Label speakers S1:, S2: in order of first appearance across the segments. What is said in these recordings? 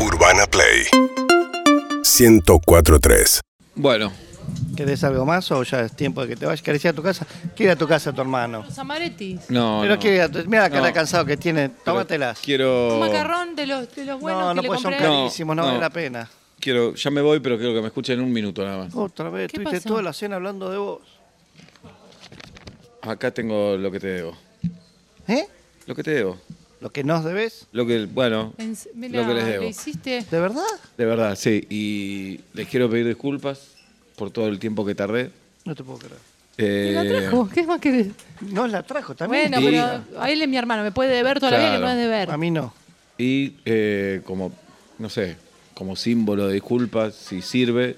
S1: Urbana Play 1043.
S2: Bueno,
S3: ¿Querés algo más o ya es tiempo de que te vayas? ¿Querés ir a tu casa? Que ir a tu casa tu hermano.
S4: Los amaretis.
S2: no.
S3: Pero
S2: no.
S3: que ir a tu- Mira la cara
S2: No.
S3: de cansado que tiene.
S2: Pero
S3: Tómatelas.
S2: Quiero.
S4: Un macarrón de los, de los buenos
S3: No,
S4: que
S3: no
S4: le
S3: pues son
S4: compré.
S2: No,
S3: carísimos, no, vale
S2: no.
S3: la pena.
S2: Quiero, ya me voy, pero quiero que me escuchen un minuto nada más.
S3: Otra vez,
S4: ¿Qué
S3: estuviste
S4: pasó?
S3: toda la cena hablando de vos.
S2: Acá tengo lo que te debo.
S3: ¿Eh?
S2: Lo que te debo.
S3: ¿Lo que nos debes?
S2: Lo que, bueno,
S4: En- mirá,
S2: lo que les debo.
S4: le hiciste.
S3: ¿De verdad?
S2: De verdad, sí. Y les quiero pedir disculpas por todo el tiempo que tardé.
S3: No te puedo creer.
S4: Me
S2: Eh,
S4: la trajo. ¿Qué más querés?
S3: No la trajo también.
S4: Bueno,
S2: Sí.
S4: pero a él es mi hermano. Me puede deber toda la vida que
S2: Claro.
S4: me puede deber.
S3: A mí no.
S2: Y eh, como, no sé, como símbolo de disculpas, si sirve,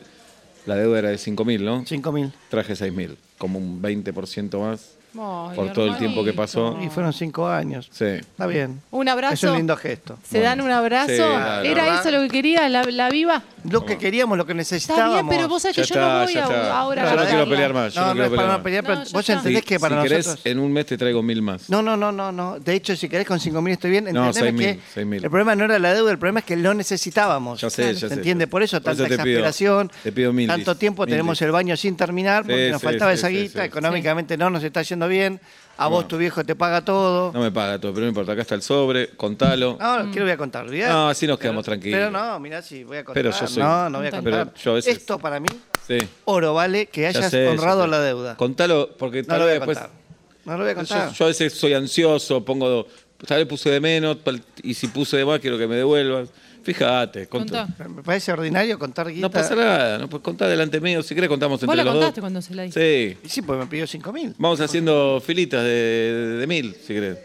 S2: la deuda era de 5.000, ¿no?
S3: Cinco mil.
S2: Traje 6.000, como un 20% más.
S4: Ay,
S2: por todo el tiempo que
S4: hermanito.
S2: pasó.
S3: Y fueron cinco años.
S2: Sí.
S3: Está bien.
S4: Un abrazo.
S3: Es un lindo gesto.
S4: Se dan un abrazo.
S2: Sí, claro.
S4: ¿Era eso lo que quería? ¿La, la viva?
S3: Lo que queríamos, lo que
S4: Está
S3: necesitábamos.
S4: bien, pero vos sabés que yo no voy a- ahora
S2: Yo
S4: a
S2: no quiero
S4: hablarla.
S2: pelear más. yo
S3: No, no,
S2: quiero
S3: es para
S2: pelear
S3: no
S2: más.
S3: pelear,
S4: No,
S3: pero
S4: ya
S3: vos
S4: está.
S3: entendés
S2: Si-
S3: que para
S2: si querés,
S3: nosotros...
S2: en un mes te traigo mil más.
S3: No, no, no, no, no. De hecho, si querés con 5.000 estoy bien.
S2: No,
S3: Entendeme
S2: 6.000,
S3: que
S2: 6.000.
S3: El problema no era la deuda, el problema es que lo necesitábamos.
S2: Ya sé,
S3: ¿Se
S2: ya sé, ya
S3: entiende?
S2: sé.
S3: Por eso
S2: Por eso
S3: tanta
S2: te pido-
S3: exasperación.
S2: te pido mil,
S3: Tanto
S2: dice,
S3: tiempo
S2: mil,
S3: tenemos
S2: dice.
S3: el baño sin terminar porque
S2: Sí,
S3: nos
S2: sí,
S3: faltaba
S2: sí,
S3: esa
S2: sí,
S3: guita.
S2: sí.
S3: Económicamente no nos está yendo bien. A vos tu viejo te paga todo.
S2: No me paga todo, pero no importa. Acá está el sobre, contalo.
S3: No, ¿qué le voy a contar? ¿Olvidá?
S2: No, así nos quedamos
S3: Pero-
S2: tranquilos.
S3: Pero no, mirá si voy a contar.
S2: Pero yo soy-
S3: No, no voy a
S2: Pero
S3: contar.
S2: yo a veces-
S3: Esto para mí,
S2: Sí.
S3: oro vale que
S2: ya
S3: hayas
S2: sé, ya
S3: honrado
S2: sé.
S3: la deuda.
S2: Contalo, porque
S3: No
S2: tal
S3: lo voy
S2: vez
S3: a
S2: después.
S3: contar. No lo voy a contar.
S2: Yo, yo a veces soy ansioso, pongo. Tal vez puse de menos, pal- y si puse de más, quiero que me devuelvas. Fíjate, contá.
S4: Contá.
S3: Me parece ordinario contar guita.
S2: No pasa nada, no, pues contá delante mío. Si querés, contamos entre
S4: Vos la
S2: los
S4: contaste
S2: dos.
S4: cuando se la hice.
S2: Sí.
S3: Y sí, pues me pidió 5 mil.
S2: Vamos haciendo filitas de, de- de mil, si querés.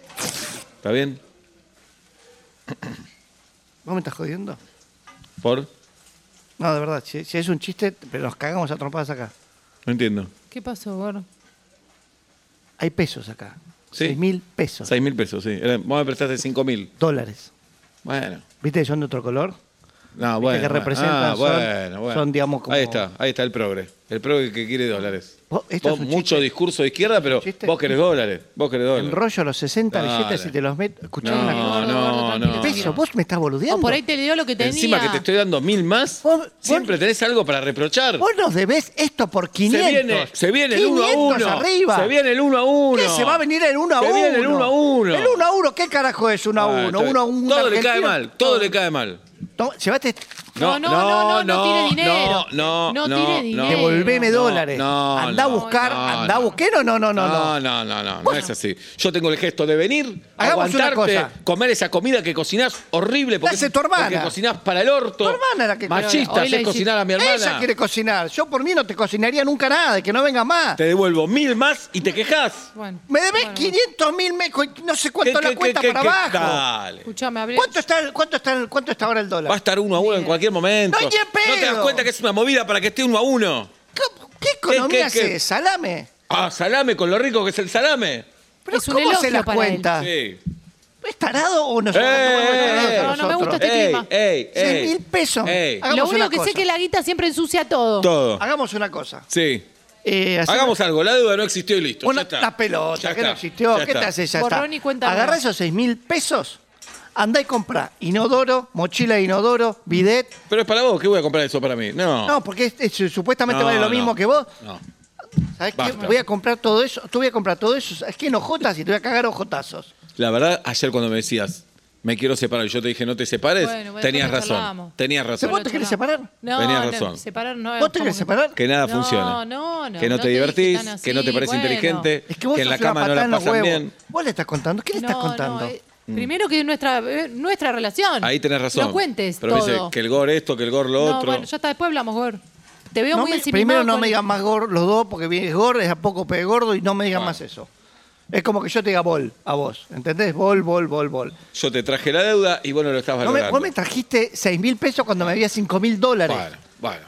S2: ¿Está bien?
S3: ¿Vos me estás jodiendo?
S2: ¿Por?
S3: No, de verdad, si, si es un chiste, pero nos cagamos a trompadas acá.
S2: No entiendo.
S4: ¿Qué pasó, Gordo?
S3: Hay pesos acá.
S2: Sí.
S3: Seis mil pesos.
S2: Seis mil pesos, sí. Era- Vos me prestaste cinco mil.
S3: Dólares.
S2: Bueno.
S3: ¿Viste que son de otro color?
S2: No, Ah, bueno.
S3: que
S2: bueno.
S3: representan,
S2: Ah,
S3: son-
S2: bueno, bueno.
S3: son, digamos, como-
S2: Ahí está, ahí está el progre. El progre que quiere dólares.
S3: Vos- esto
S2: Vos
S3: es un
S2: mucho
S3: chiste.
S2: discurso de izquierda, pero
S3: chiste.
S2: vos querés dólares. Vos querés dólares.
S3: Enrollo los 60
S2: Dale.
S3: billetes y te los meto. Escuchá
S2: No,
S3: una
S2: no,
S3: cosa.
S2: no. no.
S3: Peso, vos me estás boludeando.
S4: No, por ahí te dio lo que tenía.
S2: Encima que te estoy dando mil más,
S3: Vos- vos-
S2: siempre tenés algo para reprochar.
S3: Vos nos debés esto por 500.
S2: Se viene, se viene el 1 a
S3: 500
S2: 1.
S3: arriba.
S2: Se viene el 1 a 1.
S3: ¿Qué se va a venir el 1 a 1?
S2: Se viene el 1 a 1.
S3: ¿El 1 a 1? ¿Qué carajo es 1 a 1?
S2: Ah,
S3: Uno a uno,
S2: Todo le cae
S3: Argentina.
S2: mal, todo le cae mal.
S3: Toma, Llevaste.
S4: No, no, no, no, no tire dinero.
S2: No, no,
S4: No tire
S2: no.
S4: dinero.
S3: Devolveme
S2: No,
S3: dólares.
S2: no,
S3: andá a
S2: no,
S3: buscar,
S2: no,
S3: andá a
S2: no.
S3: buscar. No, no, no, no.
S2: No, no, no, no, no es así. Yo tengo el gesto de venir,
S3: Hagamos una
S2: aguantarte,
S3: cosa.
S2: comer esa comida que cocinás horrible porque,
S3: La hace tu hermana.
S2: porque cocinás para el orto.
S3: Tu hermana la que-
S2: Machista,
S4: Hoy la
S2: haces
S4: hiciste-
S2: cocinar a mi hermana.
S3: Ella quiere cocinar. Yo por mí no te cocinaría nunca nada, que no vengas más.
S2: Te devuelvo mil más y te quejas.
S4: Bueno.
S3: Me debes
S4: Bueno,
S3: 500 mil no sé cuánto la cuenta para abajo.
S2: Dale.
S4: Escuchame, hablé.
S3: ¿Cuánto está, el- cuánto, está, el- ¿Cuánto está ahora el dólar?
S2: Va a estar uno a uno en cualquier momento.
S3: No, ni en
S2: te das
S3: pedo.
S2: cuenta que es una movida para que esté uno a uno.
S3: ¿Qué, qué economía
S2: qué-
S3: es
S2: qué?
S3: esa? Salame.
S2: Ah, salame con lo rico que es el salame.
S3: ¿Pero
S4: Es un
S3: cómo se
S4: elogio
S3: las
S4: para él.
S3: cuenta?
S2: Sí.
S3: ¿Es tarado o no se
S2: ¡Eh!
S4: No, no me gusta este
S2: ey,
S4: clima.
S2: ey,
S3: Seis
S2: ey.
S3: mil pesos.
S2: Ey.
S3: Hagamos
S4: Lo único
S3: una
S4: que sé
S3: cosa.
S4: es que la guita siempre ensucia todo.
S2: Todo.
S3: Hagamos una cosa.
S2: Sí.
S3: Eh, hacemos-
S2: Eh. Hagamos algo. La deuda no existió y listo.
S3: Una,
S2: ya está.
S3: la pelota,
S2: Ya
S3: que no
S2: está,
S3: existió.
S2: ya
S3: ¿Qué te
S2: está.
S3: haces? Ya
S4: Borrón y
S3: está.
S4: cuenta
S3: Agarrá
S4: nueva.
S3: esos 6 mil pesos, andá y comprá inodoro, mochila de inodoro, bidet.
S2: Pero es para vos. ¿Qué voy a comprar eso para mí? No.
S3: No, porque es- es- supuestamente
S2: No,
S3: vale lo
S2: no.
S3: mismo que vos.
S2: No.
S3: ¿Sabés qué?
S2: Basta.
S3: Voy a comprar todo eso. Tú voy a comprar todo eso. Es que enojotas y te voy a cagar ojotazos.
S2: La verdad, ayer cuando me decías, me quiero separar, y yo te dije, no te separes,
S4: Bueno, bueno,
S2: tenías
S4: después
S2: razón.
S4: charlamos.
S2: Tenías razón.
S3: ¿Vos te querés separar?
S4: No,
S2: Tenías
S4: no,
S2: razón.
S4: separar no es
S3: ¿Vos te
S4: como
S3: querés separar?
S2: Que nada
S4: No,
S2: funciona.
S4: no, no,
S2: Que no, te
S4: no te dije
S2: divertís,
S4: tan así,
S2: que no te parece
S4: bueno.
S2: inteligente,
S3: Es que vos
S2: que en
S3: sos
S2: la
S3: una
S2: cama no
S3: patada
S2: la
S3: en los
S2: pasan
S3: huevos.
S2: bien.
S3: ¿Vos le estás contando? ¿Qué le
S4: No,
S3: estás
S4: no,
S3: contando?
S4: eh, primero que es nuestra, eh, nuestra relación.
S2: Mm. Ahí tenés razón.
S4: No cuentes
S2: Pero me dice
S4: todo.
S2: que el gore esto, que el gore lo
S4: no,
S2: otro.
S4: bueno, ya está, después hablamos, Gor. Te veo
S3: No
S4: muy
S3: me-
S4: encima.
S3: primero no me digas más gordo, los dos, porque bien es gordo, es a poco pe gordo y no me digas más eso. Es como que yo te diga bol a vos, ¿entendés? Bol, bol, bol, bol.
S2: Yo te traje la deuda y vos no lo estás
S3: No me-
S2: valorando.
S3: vos me trajiste 6 mil pesos cuando me había 5 mil dólares.
S2: Bueno, bueno.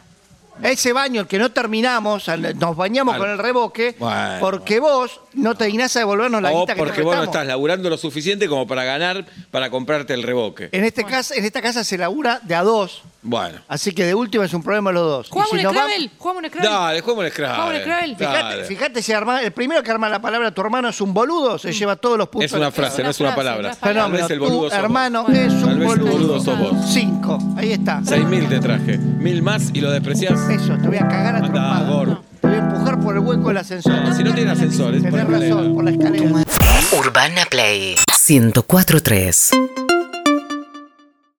S3: Ese baño, el que no terminamos, al- nos bañamos
S2: Bueno.
S3: con el reboque,
S2: Bueno,
S3: porque vos no te dignás a devolvernos la
S2: o
S3: guita que
S2: porque
S3: nos
S2: vos no
S3: prestamos.
S2: estás laburando lo suficiente como para ganar, para comprarte el reboque.
S3: En, este caso, en esta casa se labura de a dos,
S2: Bueno.
S3: así que de última es un problema los dos. Y
S4: ¿Jugamos
S3: si
S4: un
S3: nos va-
S4: Scrabble? ¿Jugamos un Scrabble?
S2: Dale, juguemos el Scrabble.
S4: Vamos al Scrabble.
S3: Fijate,
S2: Dale.
S3: fijate si arma- el primero que arma la palabra a tu hermano es un boludo, se lleva todos los puntos.
S2: Es una
S3: de la
S2: frase,
S4: una
S2: no es una
S4: frase,
S2: palabra.
S4: una palabra.
S2: Tal vez el boludo
S3: tu
S2: sos vos.
S3: hermano es
S2: Tal
S3: un
S2: vez el
S3: boludo.
S2: boludo sos vos.
S3: Cinco. Ahí ahí está.
S2: 6.000 te traje. Mil más y lo despreciás.
S3: Eso, te voy a cagar a
S2: Andá,
S3: trompadas.
S2: Gor.
S3: Te voy a empujar por el hueco del ascensor.
S2: No, si no tiene ascensores,
S3: Tenés razón, por la escalera.
S1: Urbana Play 1043